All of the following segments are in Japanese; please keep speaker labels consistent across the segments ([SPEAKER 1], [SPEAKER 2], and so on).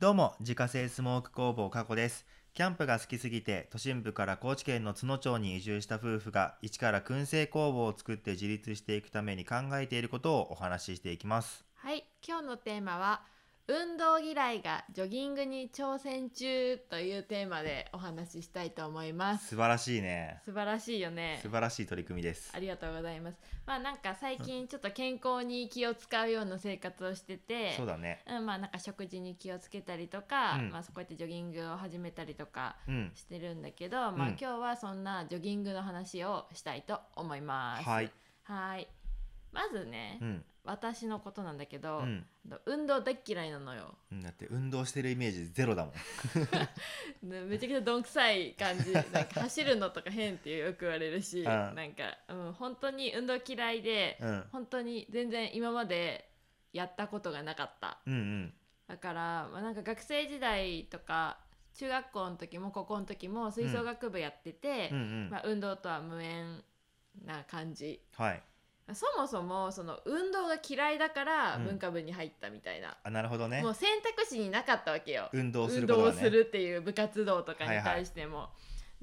[SPEAKER 1] どうも、自家製スモーク工房加古です。キャンプが好きすぎて、都心部から高知県の津野町に移住した夫婦が、一から燻製工房を作って自立していくために考えていることをお話ししていきます。
[SPEAKER 2] はい、今日のテーマは運動嫌いがジョギングに挑戦中というテーマでお話ししたいと思います。
[SPEAKER 1] 素晴らしいね。
[SPEAKER 2] 素晴らしいよね
[SPEAKER 1] 素。晴らしい取り組みです
[SPEAKER 2] あ。りがとうございます。まあなんか最近ちょっと健康に気を使うような生活をしてて、
[SPEAKER 1] そうだね。
[SPEAKER 2] うん、まあなんか食事に気をつけたりとか、
[SPEAKER 1] うん
[SPEAKER 2] まあそうやってジョギングを始めたりとか
[SPEAKER 1] うん。
[SPEAKER 2] してるんだけど、まあ
[SPEAKER 1] うん
[SPEAKER 2] 今日はそんなジョギングの話をしたいと思います。
[SPEAKER 1] はい。
[SPEAKER 2] はい。まずね、
[SPEAKER 1] うん。
[SPEAKER 2] 私のことなんだけ
[SPEAKER 1] う
[SPEAKER 2] ど、
[SPEAKER 1] ん。
[SPEAKER 2] あと運動大っ嫌いなのよ
[SPEAKER 1] うんだって運動してるイメージゼロだもん。
[SPEAKER 2] ねめちゃくちゃどんくさい感じなんか走るのとか変ってよく言われるし、
[SPEAKER 1] ん
[SPEAKER 2] なんか、うん、本当に運動嫌いで、
[SPEAKER 1] うん。
[SPEAKER 2] 本当に全然今までやったことがなかった
[SPEAKER 1] うんうん。
[SPEAKER 2] だから、まあ、なんか学生時代とか中学校の時も高校の時も吹奏楽部やってて、
[SPEAKER 1] うんうん。
[SPEAKER 2] まあ、運動とは無縁な感じ
[SPEAKER 1] はい。
[SPEAKER 2] そもそもその運動が嫌いだから
[SPEAKER 1] うん
[SPEAKER 2] 文化部に入ったみたいな、
[SPEAKER 1] あ、なるほどね
[SPEAKER 2] も。う選択肢になかったわけよ、
[SPEAKER 1] 運動する
[SPEAKER 2] 運
[SPEAKER 1] こと
[SPEAKER 2] 動
[SPEAKER 1] は
[SPEAKER 2] を
[SPEAKER 1] ね。
[SPEAKER 2] するっていう部活動とか
[SPEAKER 1] はい
[SPEAKER 2] に
[SPEAKER 1] はい
[SPEAKER 2] 対しても、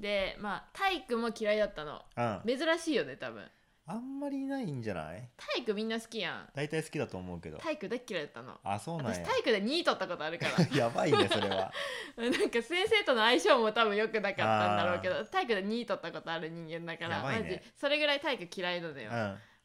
[SPEAKER 2] でまあ体育も嫌いだったの
[SPEAKER 1] うん。
[SPEAKER 2] 珍しいよね多分
[SPEAKER 1] あんまりいないんじゃない
[SPEAKER 2] 体育みんな好きやん
[SPEAKER 1] 大体好きだと思うけど。
[SPEAKER 2] 体育大っ嫌いだったの
[SPEAKER 1] あ、そうなん
[SPEAKER 2] 私
[SPEAKER 1] や。
[SPEAKER 2] 体育で2位取ったことあるから
[SPEAKER 1] やばいね、それは。
[SPEAKER 2] なんか先生との相性も多分良くなかったんだろうけ
[SPEAKER 1] あ
[SPEAKER 2] ど体育で2位取ったことある人間だから
[SPEAKER 1] やばいね
[SPEAKER 2] マジそれぐらい体育嫌いなのよ、
[SPEAKER 1] う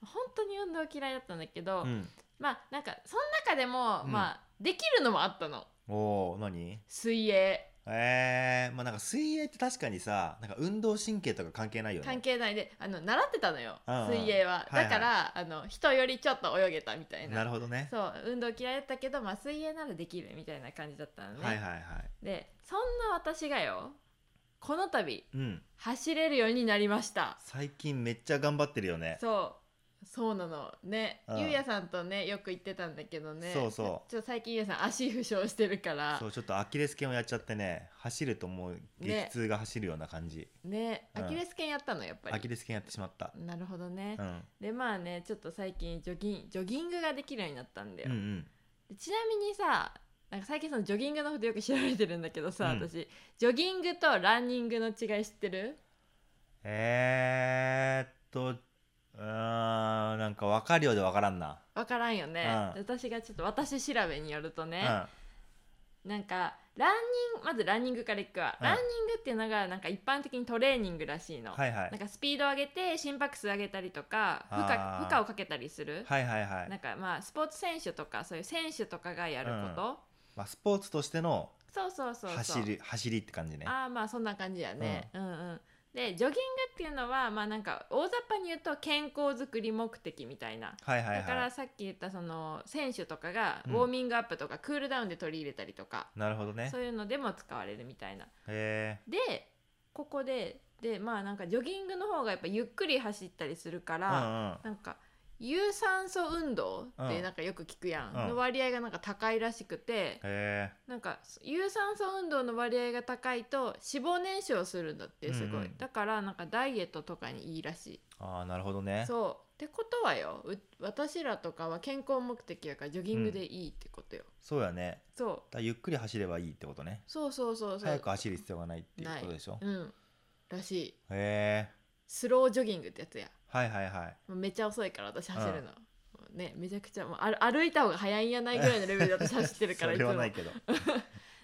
[SPEAKER 2] 本当に運動嫌いだったんだけど、
[SPEAKER 1] ん。うん。
[SPEAKER 2] まあなんかその中でも、
[SPEAKER 1] うん
[SPEAKER 2] まあできるのもあったの
[SPEAKER 1] おお、何
[SPEAKER 2] 水泳
[SPEAKER 1] えー、まあなんか水泳って確かにさ、なんか運動神経とか関係ないよね。
[SPEAKER 2] 関係ないであの習ってたのよ、
[SPEAKER 1] うんうん
[SPEAKER 2] 水泳
[SPEAKER 1] は
[SPEAKER 2] は、
[SPEAKER 1] いはい
[SPEAKER 2] だからあの人よりちょっと泳げたみたいな
[SPEAKER 1] なるほどね。
[SPEAKER 2] そう運動嫌いだったけど、まあ、水泳ならできるみたいな感じだったのね、
[SPEAKER 1] はいはいはい。
[SPEAKER 2] でそんな私がよこの度
[SPEAKER 1] うん。
[SPEAKER 2] 走れるようになりました
[SPEAKER 1] 最近めっちゃ頑張ってるよね。
[SPEAKER 2] そうそうなのね、
[SPEAKER 1] うん
[SPEAKER 2] ゆうやさんとねよく言ってたんだけどね
[SPEAKER 1] そうそう
[SPEAKER 2] ちょっと最近ゆうやさん足負傷してるから
[SPEAKER 1] そう、ちょっとアキレス腱をやっちゃってね、走るともう激痛が走るような感じ。
[SPEAKER 2] ね
[SPEAKER 1] うん
[SPEAKER 2] アキレス腱やったのやっぱ
[SPEAKER 1] アキ
[SPEAKER 2] り
[SPEAKER 1] レス腱やってしまった。
[SPEAKER 2] なるほどね、
[SPEAKER 1] うん。
[SPEAKER 2] でまあねちょっと最近ジョギンジョギングができるようになったんだよ、
[SPEAKER 1] うんうん。
[SPEAKER 2] でちなみにさなんか最近そのジョギングのことよく調べてるんだけどさ、
[SPEAKER 1] うん
[SPEAKER 2] 私ジョギングとランニングの違い知ってる
[SPEAKER 1] えーっと、うーん、なんか分かるようで分からんな。
[SPEAKER 2] 分からんよね、
[SPEAKER 1] うん
[SPEAKER 2] 私がちょっと私調べによると
[SPEAKER 1] う
[SPEAKER 2] ね、
[SPEAKER 1] ん。
[SPEAKER 2] なんかランニングまずランニングからいくわ、
[SPEAKER 1] うん
[SPEAKER 2] ランニングっていうのがなんか一般的にトレーニングらしいの、
[SPEAKER 1] はいはい
[SPEAKER 2] なん。かスピードを上げて心拍数上げたりとか負荷
[SPEAKER 1] あー
[SPEAKER 2] 負荷をかけたりする、
[SPEAKER 1] はいはいはい
[SPEAKER 2] なん。かまあスポーツ選手とかそういう選手とかがやること、
[SPEAKER 1] まあ、スポーツとしての
[SPEAKER 2] そうそうそうそう
[SPEAKER 1] 走り走りって感じね。
[SPEAKER 2] ああまあそんな感じやね、うん、うんでジョギングっていうのはまあなんか大雑把に言うと健康づくり目的みたいな、
[SPEAKER 1] はいはい
[SPEAKER 2] だか
[SPEAKER 1] は
[SPEAKER 2] らさっき言ったその選手とかが
[SPEAKER 1] う
[SPEAKER 2] ウ
[SPEAKER 1] ん
[SPEAKER 2] ォーミングアップとかクールダウンで取り入れたりとか、
[SPEAKER 1] い。なるほどね
[SPEAKER 2] そ。ういうのでも使われるみたいな
[SPEAKER 1] へえ。
[SPEAKER 2] でここででまあなんかジョギングの方がやっぱゆっくり走ったりするか
[SPEAKER 1] うん
[SPEAKER 2] ら、なんか有酸素運動っ
[SPEAKER 1] う
[SPEAKER 2] て
[SPEAKER 1] ん
[SPEAKER 2] なんかよく聞くやん、
[SPEAKER 1] うん
[SPEAKER 2] の割合がなんか高いらしくて
[SPEAKER 1] へ、え。
[SPEAKER 2] なんか有酸素運動の割合が高いと脂肪燃焼するんだってすごい、
[SPEAKER 1] うんうん
[SPEAKER 2] だからなんかダイエットとかにいいらし
[SPEAKER 1] ああなるほどね
[SPEAKER 2] い。そうってことはよう私らとかは健康目的やからジョギングでいいってことよ、
[SPEAKER 1] そうやね。
[SPEAKER 2] そう
[SPEAKER 1] だからゆっくり走ればいいってことね。
[SPEAKER 2] そうそうそうそう
[SPEAKER 1] 早く走る必要がないっていう
[SPEAKER 2] ない
[SPEAKER 1] ことでしょ。
[SPEAKER 2] うんらしい
[SPEAKER 1] へえ。
[SPEAKER 2] スロージョギングってやつや
[SPEAKER 1] はいはいはい。
[SPEAKER 2] もうめっちゃ遅いから私走るの、ねめちゃくちゃもう歩歩いた方が早いんやないぐらいのレベルで私走ってるから
[SPEAKER 1] そ
[SPEAKER 2] い
[SPEAKER 1] れ
[SPEAKER 2] つも
[SPEAKER 1] はない けど。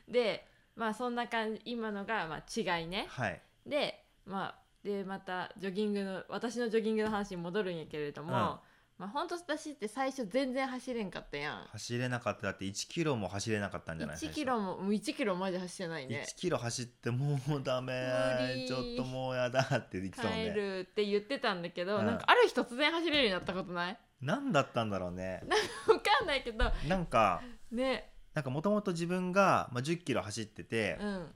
[SPEAKER 2] でまあそんな感じ今のがまあ違いね、
[SPEAKER 1] はい。
[SPEAKER 2] で,、まあ、でまたジョギングの私のジョギングの話に戻るんやけれども、
[SPEAKER 1] うん
[SPEAKER 2] まあ本当私って最初全然走れんかったやん
[SPEAKER 1] 走れなかっただって1キロも走れなかったんじゃない
[SPEAKER 2] 1キロももう1キロマジ走ってないね
[SPEAKER 1] 1キロ走ってもうダメ
[SPEAKER 2] 無理
[SPEAKER 1] ちょっともうやだって言ってたもん
[SPEAKER 2] 帰
[SPEAKER 1] ね
[SPEAKER 2] るって言ってたんだけど、
[SPEAKER 1] うん
[SPEAKER 2] なんかある日突然走れるようになったことない
[SPEAKER 1] 何だったんだろうね
[SPEAKER 2] わかんないけど
[SPEAKER 1] なんか
[SPEAKER 2] ね
[SPEAKER 1] なんかもともと自分が、まあ、1 0キロ走ってて、
[SPEAKER 2] うん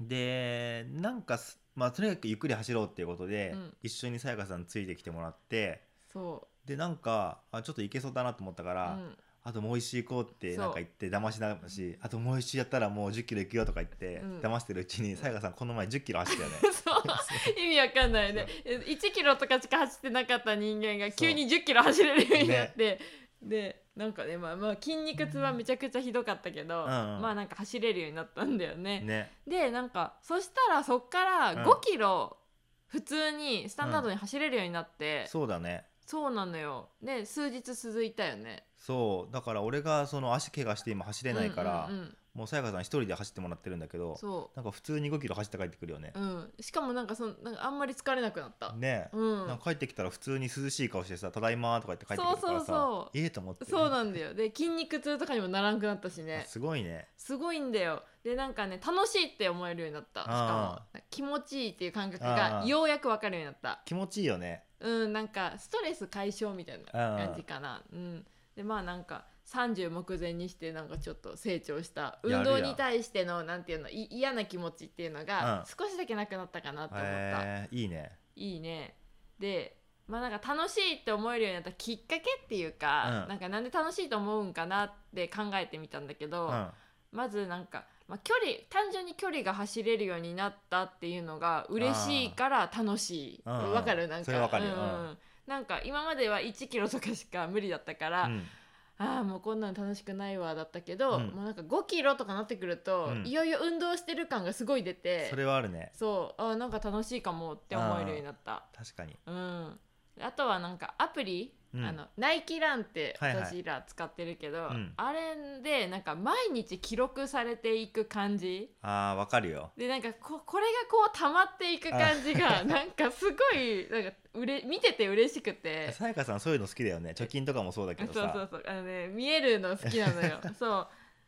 [SPEAKER 1] でなんかす、まあ、とにかくゆっくり走ろうっていうことで、
[SPEAKER 2] うん
[SPEAKER 1] 一緒にさやかさんついてきてもらって
[SPEAKER 2] そ
[SPEAKER 1] でなんかあちょっといけそうだなと思ったか
[SPEAKER 2] う、う
[SPEAKER 1] ら、
[SPEAKER 2] ん
[SPEAKER 1] あともう一周行こうって
[SPEAKER 2] そう
[SPEAKER 1] なんか言って騙しながらしあともう一周やったらもう1 0キロ行くよとか言って、
[SPEAKER 2] うん
[SPEAKER 1] 騙してるうちにさやかさんこの前1 0キロ走ったよ ね
[SPEAKER 2] そう意味わかんないね1キロとかしか走ってなかった人間が急に1 0キロ走れるようになって、でなんかねまあまあ筋肉痛はめちゃくちゃひどかったけど、
[SPEAKER 1] ん
[SPEAKER 2] まあなんか走れるようになったんだよね。
[SPEAKER 1] ね
[SPEAKER 2] でなんかそしたらそっか
[SPEAKER 1] うん
[SPEAKER 2] ら5キロ普通にスタンダードに走れるようになって、
[SPEAKER 1] そうだね
[SPEAKER 2] そうなのよで数日続いたよね。
[SPEAKER 1] そうだから俺がその足怪我して今走れないから、
[SPEAKER 2] うんうんうん
[SPEAKER 1] もうさやかさん一人で走ってもらってるんだけど
[SPEAKER 2] そ
[SPEAKER 1] なんか普通に5キロ走って帰ってくるよね
[SPEAKER 2] う、うん、しかもなんかそのなんかあんまり疲れなくなった。
[SPEAKER 1] ね、
[SPEAKER 2] うん、
[SPEAKER 1] なんか帰ってきたら普通に涼しい顔してさ「ただいま」とか言って帰ってくるからさ
[SPEAKER 2] そうそうそう
[SPEAKER 1] ええと思って
[SPEAKER 2] そうなんだよで筋肉痛とかにもならんくなったし
[SPEAKER 1] あ
[SPEAKER 2] ね
[SPEAKER 1] すごいね
[SPEAKER 2] すごいんだよでなんかね楽しいって思えるようになったしかも気持ちいいっていう感覚
[SPEAKER 1] あ
[SPEAKER 2] が
[SPEAKER 1] ー
[SPEAKER 2] ようやく分かるようになった
[SPEAKER 1] 気持ちいいよね
[SPEAKER 2] うんなんかストレス解消みたいな感じかなうんでまあなんか30目前にしてなんかちょっと成長した
[SPEAKER 1] や
[SPEAKER 2] 運
[SPEAKER 1] るやん
[SPEAKER 2] 動に対してのなんていうのい嫌な気持ちっていうの
[SPEAKER 1] う
[SPEAKER 2] が
[SPEAKER 1] ん
[SPEAKER 2] 少しだけなくなったかなと思った、
[SPEAKER 1] えーいいね
[SPEAKER 2] いいねでまあなんか楽しいって思えるようになったきっかけっていうか、
[SPEAKER 1] うん
[SPEAKER 2] なんかなんで楽しいと思うんかなって考えてみたんだけ
[SPEAKER 1] う
[SPEAKER 2] ど、
[SPEAKER 1] んあ
[SPEAKER 2] まずなんか、まあ、距離単純に距離が走れるようになったっていうのが嬉しいから楽しい
[SPEAKER 1] うんうん
[SPEAKER 2] わかるなんか
[SPEAKER 1] それわかる
[SPEAKER 2] う
[SPEAKER 1] ようん
[SPEAKER 2] ん、なんか今までは1キロとかしか無理だったから、
[SPEAKER 1] うん
[SPEAKER 2] ああもうこんなん楽しくないわだったけど、
[SPEAKER 1] うん
[SPEAKER 2] もうなんか5キロとかなってくると、
[SPEAKER 1] うん
[SPEAKER 2] いよいよ運動してる感がすごい出て
[SPEAKER 1] それはあるね
[SPEAKER 2] そうあーなんか楽しいかもって思えるようになった。
[SPEAKER 1] 確かに
[SPEAKER 2] うん、あとはなんかアプリ、
[SPEAKER 1] うん
[SPEAKER 2] あのナイキランって
[SPEAKER 1] はいはい
[SPEAKER 2] 私ら使ってるけ
[SPEAKER 1] う
[SPEAKER 2] ど、
[SPEAKER 1] ん
[SPEAKER 2] あれでなんか毎日記録されていく感じ
[SPEAKER 1] あーわかるよ
[SPEAKER 2] でなんかここれがこう溜まっていく感じがなんかすごいなんかうれ見てて嬉しくて。
[SPEAKER 1] さやかさんそういうの好きだよね貯金とかもそうだけ
[SPEAKER 2] そう
[SPEAKER 1] ど
[SPEAKER 2] そ
[SPEAKER 1] さ
[SPEAKER 2] うそうあのね見えるの好きな のよそ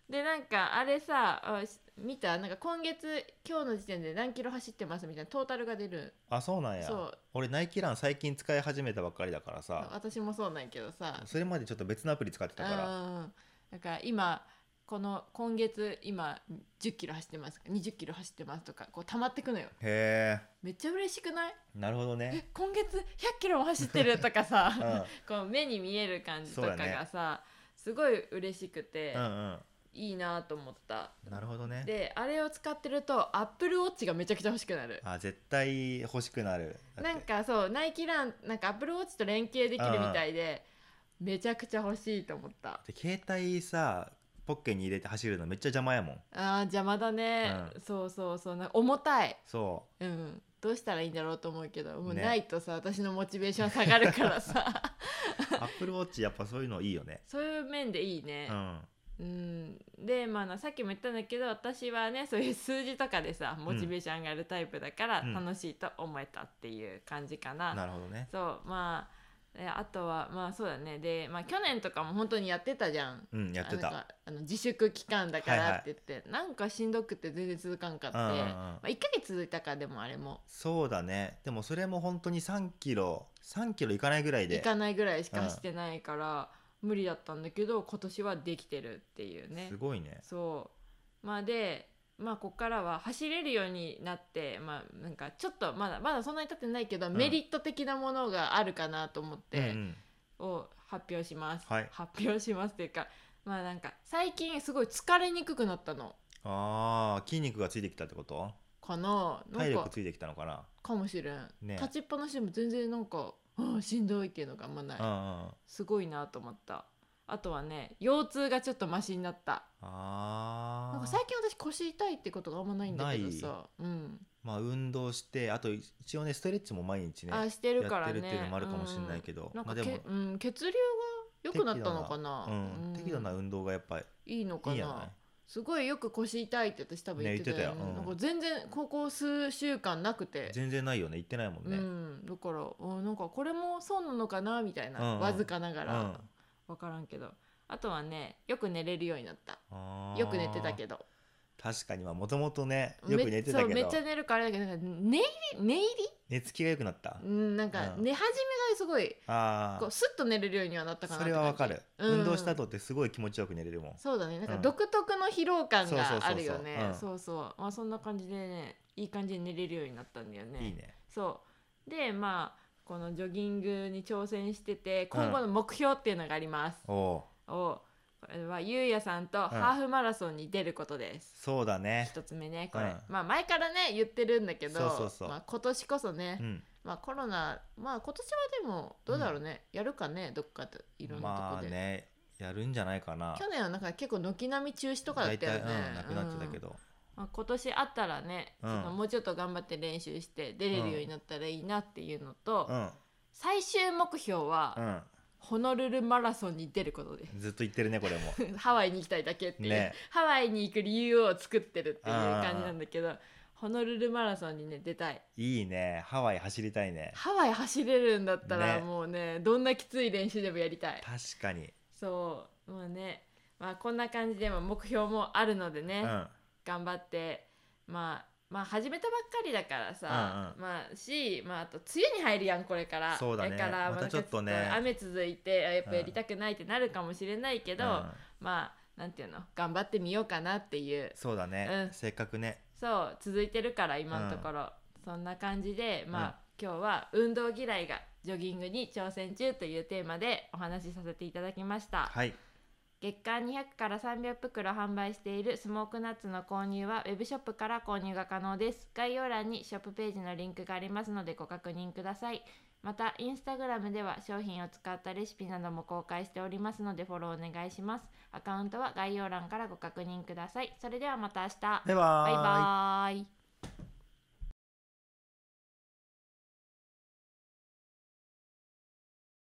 [SPEAKER 2] うでなんかあれさあし見たなんか今月今日の時点で何キロ走ってますみたいなトータルが出る
[SPEAKER 1] あそうなんや
[SPEAKER 2] そう
[SPEAKER 1] 俺ナイキラン最近使い始めたばっかりだからさ
[SPEAKER 2] 私もそうなんやけどさ
[SPEAKER 1] それまでちょっと別のアプリ使ってたから
[SPEAKER 2] うんだから今この今月今10キロ走ってますとか20キロ走ってますとかこう溜まってくのよ
[SPEAKER 1] へ
[SPEAKER 2] めっちゃ嬉しくない
[SPEAKER 1] えなるほど
[SPEAKER 2] え
[SPEAKER 1] ね
[SPEAKER 2] 今月100キロも走ってるとかさ、
[SPEAKER 1] うん
[SPEAKER 2] こう目に見える感じと
[SPEAKER 1] そう
[SPEAKER 2] か
[SPEAKER 1] だね
[SPEAKER 2] がさ、すごい嬉しくて、
[SPEAKER 1] うん
[SPEAKER 2] いいなと思った
[SPEAKER 1] うんなるほどね
[SPEAKER 2] であれを使ってるとアップルウォッチがめちゃくちゃ欲しくなる
[SPEAKER 1] あ絶対欲しくなるだって
[SPEAKER 2] なんかそうナイキランなんかアップルウォッチと連携できるみたいで、めちゃくちゃ欲しいと思った
[SPEAKER 1] で携帯さポッケに入れて走るのめっちゃ邪魔やもん
[SPEAKER 2] あー邪魔だね、
[SPEAKER 1] う
[SPEAKER 2] そうそうそうなんか重たい、
[SPEAKER 1] そ
[SPEAKER 2] うん、どうしたらいいんだろうと思うけどもう
[SPEAKER 1] ね
[SPEAKER 2] ないとさ、私のモチベーション下がるから さ
[SPEAKER 1] う アップルウォッチやっぱそういうのいいよね
[SPEAKER 2] そういう面でいいうね、
[SPEAKER 1] ん
[SPEAKER 2] うんでまあなさっきも言ったんだけど私はねそういう数字とかでさモチベーション上がるタイプだから、
[SPEAKER 1] うん
[SPEAKER 2] 楽しいと思えたっていう感じかな。
[SPEAKER 1] なるほどね
[SPEAKER 2] そうまあえあとはまあそうだねで、まあ、去年とかも本当にやってたじゃん。
[SPEAKER 1] うんやって
[SPEAKER 2] あなん
[SPEAKER 1] た
[SPEAKER 2] かあの自粛期間だか
[SPEAKER 1] はい
[SPEAKER 2] ら
[SPEAKER 1] はい
[SPEAKER 2] って言って、なんかしんどくて全然続かんかって、
[SPEAKER 1] うんうんうん
[SPEAKER 2] まあ、1ヶ月続いたかでもあれも
[SPEAKER 1] そうだねでもそれも本当に3キロ3キロいかないぐらい
[SPEAKER 2] 行
[SPEAKER 1] で
[SPEAKER 2] かないぐらいしか走ってないから、無理だったんだけど今年はできてるっていうね
[SPEAKER 1] すごいね
[SPEAKER 2] そうまあでまあここからは走れるようになってまあなんかちょっとまだまだそんなに経ってないけど、
[SPEAKER 1] ん
[SPEAKER 2] メリット的なものがあるかなと
[SPEAKER 1] う
[SPEAKER 2] 思っ
[SPEAKER 1] んう
[SPEAKER 2] て、
[SPEAKER 1] ん
[SPEAKER 2] を発表します、
[SPEAKER 1] はい
[SPEAKER 2] 発表しますっていうかまあなんか最近すごい疲れにくくなったの
[SPEAKER 1] あー筋肉がついてきたってこと
[SPEAKER 2] かななん
[SPEAKER 1] 体
[SPEAKER 2] か
[SPEAKER 1] 力ついてきたのかな
[SPEAKER 2] かもしれん、
[SPEAKER 1] ね
[SPEAKER 2] 立ちっぱなしでも全然なんか、うん、しんどいっていうのがあんまない、
[SPEAKER 1] うんうん
[SPEAKER 2] すごいなと思ったあとはね腰痛がちょっとマシになった
[SPEAKER 1] あ
[SPEAKER 2] なんか
[SPEAKER 1] ー
[SPEAKER 2] 最近私腰痛いってことがあんまないんだけどさ、うん
[SPEAKER 1] まあ運動してあと一応ねストレッチも毎日ね
[SPEAKER 2] あしてるからね
[SPEAKER 1] やってるっていうのもあるかもしれないけど
[SPEAKER 2] うんなん
[SPEAKER 1] まあ
[SPEAKER 2] か
[SPEAKER 1] で
[SPEAKER 2] け
[SPEAKER 1] も
[SPEAKER 2] うん、血流が良くなったのかな
[SPEAKER 1] うん適度な運動がやっぱい
[SPEAKER 2] いいのか
[SPEAKER 1] い
[SPEAKER 2] なん
[SPEAKER 1] じゃない
[SPEAKER 2] すごいよく腰痛いって私多分言ってた
[SPEAKER 1] ね言
[SPEAKER 2] よ,、
[SPEAKER 1] ってたようん
[SPEAKER 2] なんか全然ここ数週間なくて、
[SPEAKER 1] 全然ないよね行ってないもん
[SPEAKER 2] う
[SPEAKER 1] ね
[SPEAKER 2] んだからあなんかこれもそうなのかなみたいな、
[SPEAKER 1] うんうん
[SPEAKER 2] わずかながら、
[SPEAKER 1] うん
[SPEAKER 2] 分からんけどあとはねよく寝れるようになった
[SPEAKER 1] あー
[SPEAKER 2] よく寝てたけど
[SPEAKER 1] 確かにまあもともとねよく寝てたけ
[SPEAKER 2] めっそうめっ
[SPEAKER 1] ど
[SPEAKER 2] ちゃ寝るからあれだけどなんか寝入り寝入
[SPEAKER 1] 寝つきが良くなった
[SPEAKER 2] りうんなんか
[SPEAKER 1] うん
[SPEAKER 2] 寝始めがすごい
[SPEAKER 1] あ
[SPEAKER 2] こうスッと寝れるようにはなった
[SPEAKER 1] あ
[SPEAKER 2] かな
[SPEAKER 1] それはわ
[SPEAKER 2] わ
[SPEAKER 1] かる
[SPEAKER 2] うん
[SPEAKER 1] 運動した後ってすごい気持ちよく寝れるもん
[SPEAKER 2] そうだねなんか
[SPEAKER 1] うん
[SPEAKER 2] 独特の疲労感
[SPEAKER 1] そうそうそう
[SPEAKER 2] が
[SPEAKER 1] そう
[SPEAKER 2] あるよね
[SPEAKER 1] うん
[SPEAKER 2] そうそうまあそんな感じでねいい感じで寝れるようになったんだよね
[SPEAKER 1] いいね
[SPEAKER 2] そうでまあこのジョギングに挑戦してて今後の目標っていうのがあります、
[SPEAKER 1] おお
[SPEAKER 2] をこれはゆうやさんとハーフマラソンに出ることです、
[SPEAKER 1] そうだね
[SPEAKER 2] 一つ目ねこれ、
[SPEAKER 1] うん
[SPEAKER 2] まあ前からね言ってるんだけど
[SPEAKER 1] そうそうそう
[SPEAKER 2] まあ、今年こそね、
[SPEAKER 1] うん
[SPEAKER 2] まあコロナまあ今年はでもどうだろうね、やるかねどっかといろんなと
[SPEAKER 1] ま
[SPEAKER 2] こ
[SPEAKER 1] あ
[SPEAKER 2] で、
[SPEAKER 1] ねやるんじゃないかな
[SPEAKER 2] 去年はなんか結構軒並み中止とかだったよね
[SPEAKER 1] 大体うん、なくなってたけ
[SPEAKER 2] うん
[SPEAKER 1] ど、
[SPEAKER 2] まあ、今年あったらね、
[SPEAKER 1] うん
[SPEAKER 2] ちょっともうちょっと頑張って練習して出れるようになったらいいなっていうのと、
[SPEAKER 1] うん
[SPEAKER 2] 最終目標は、
[SPEAKER 1] うん
[SPEAKER 2] ホノルルマラソンに出ることで
[SPEAKER 1] ずっと言ってるねこれも
[SPEAKER 2] すハワイに行きたいだけっていう、
[SPEAKER 1] ね
[SPEAKER 2] ハワイに行く理由を作ってるっていう
[SPEAKER 1] あー
[SPEAKER 2] 感じなんだけどホノルルマラソンにね出たい
[SPEAKER 1] いいねハワイ走りたいね
[SPEAKER 2] ハワイ走れるんだったら
[SPEAKER 1] ね
[SPEAKER 2] もうねどんなきつい練習でもやりたい
[SPEAKER 1] 確かに、
[SPEAKER 2] そうもうねまあこんな感じでも目標もあるのでね、
[SPEAKER 1] うん
[SPEAKER 2] 頑張ってまあまあ始めたばっかりだからさ、
[SPEAKER 1] う
[SPEAKER 2] まあしまああと梅雨に入るやんこれから
[SPEAKER 1] そうだね
[SPEAKER 2] から
[SPEAKER 1] また
[SPEAKER 2] なんか
[SPEAKER 1] ちょっとね
[SPEAKER 2] 雨続いてあやっぱやりたくないってなるかもしれないけど、
[SPEAKER 1] うん
[SPEAKER 2] まあなんていうの頑張ってみようかなっていう
[SPEAKER 1] そうだね、
[SPEAKER 2] うん
[SPEAKER 1] せっかくね
[SPEAKER 2] そう続いてるから今のところ、そんな感じでまあ、今日は運動嫌いがジョギングに挑戦中というテーマでお話しさせていただきました、
[SPEAKER 1] はい
[SPEAKER 2] 月間200から300袋販売しているスモークナッツの購入はウェブショップから購入が可能です概要欄にショップページのリンクがありますのでご確認くださいまたインスタグラムでは商品を使ったレシピなども公開しておりますのでフォローお願いしますアカウントは概要欄からご確認くださいそれではまた明日
[SPEAKER 1] バイバ
[SPEAKER 2] バイ
[SPEAKER 1] ーイ
[SPEAKER 2] バーイ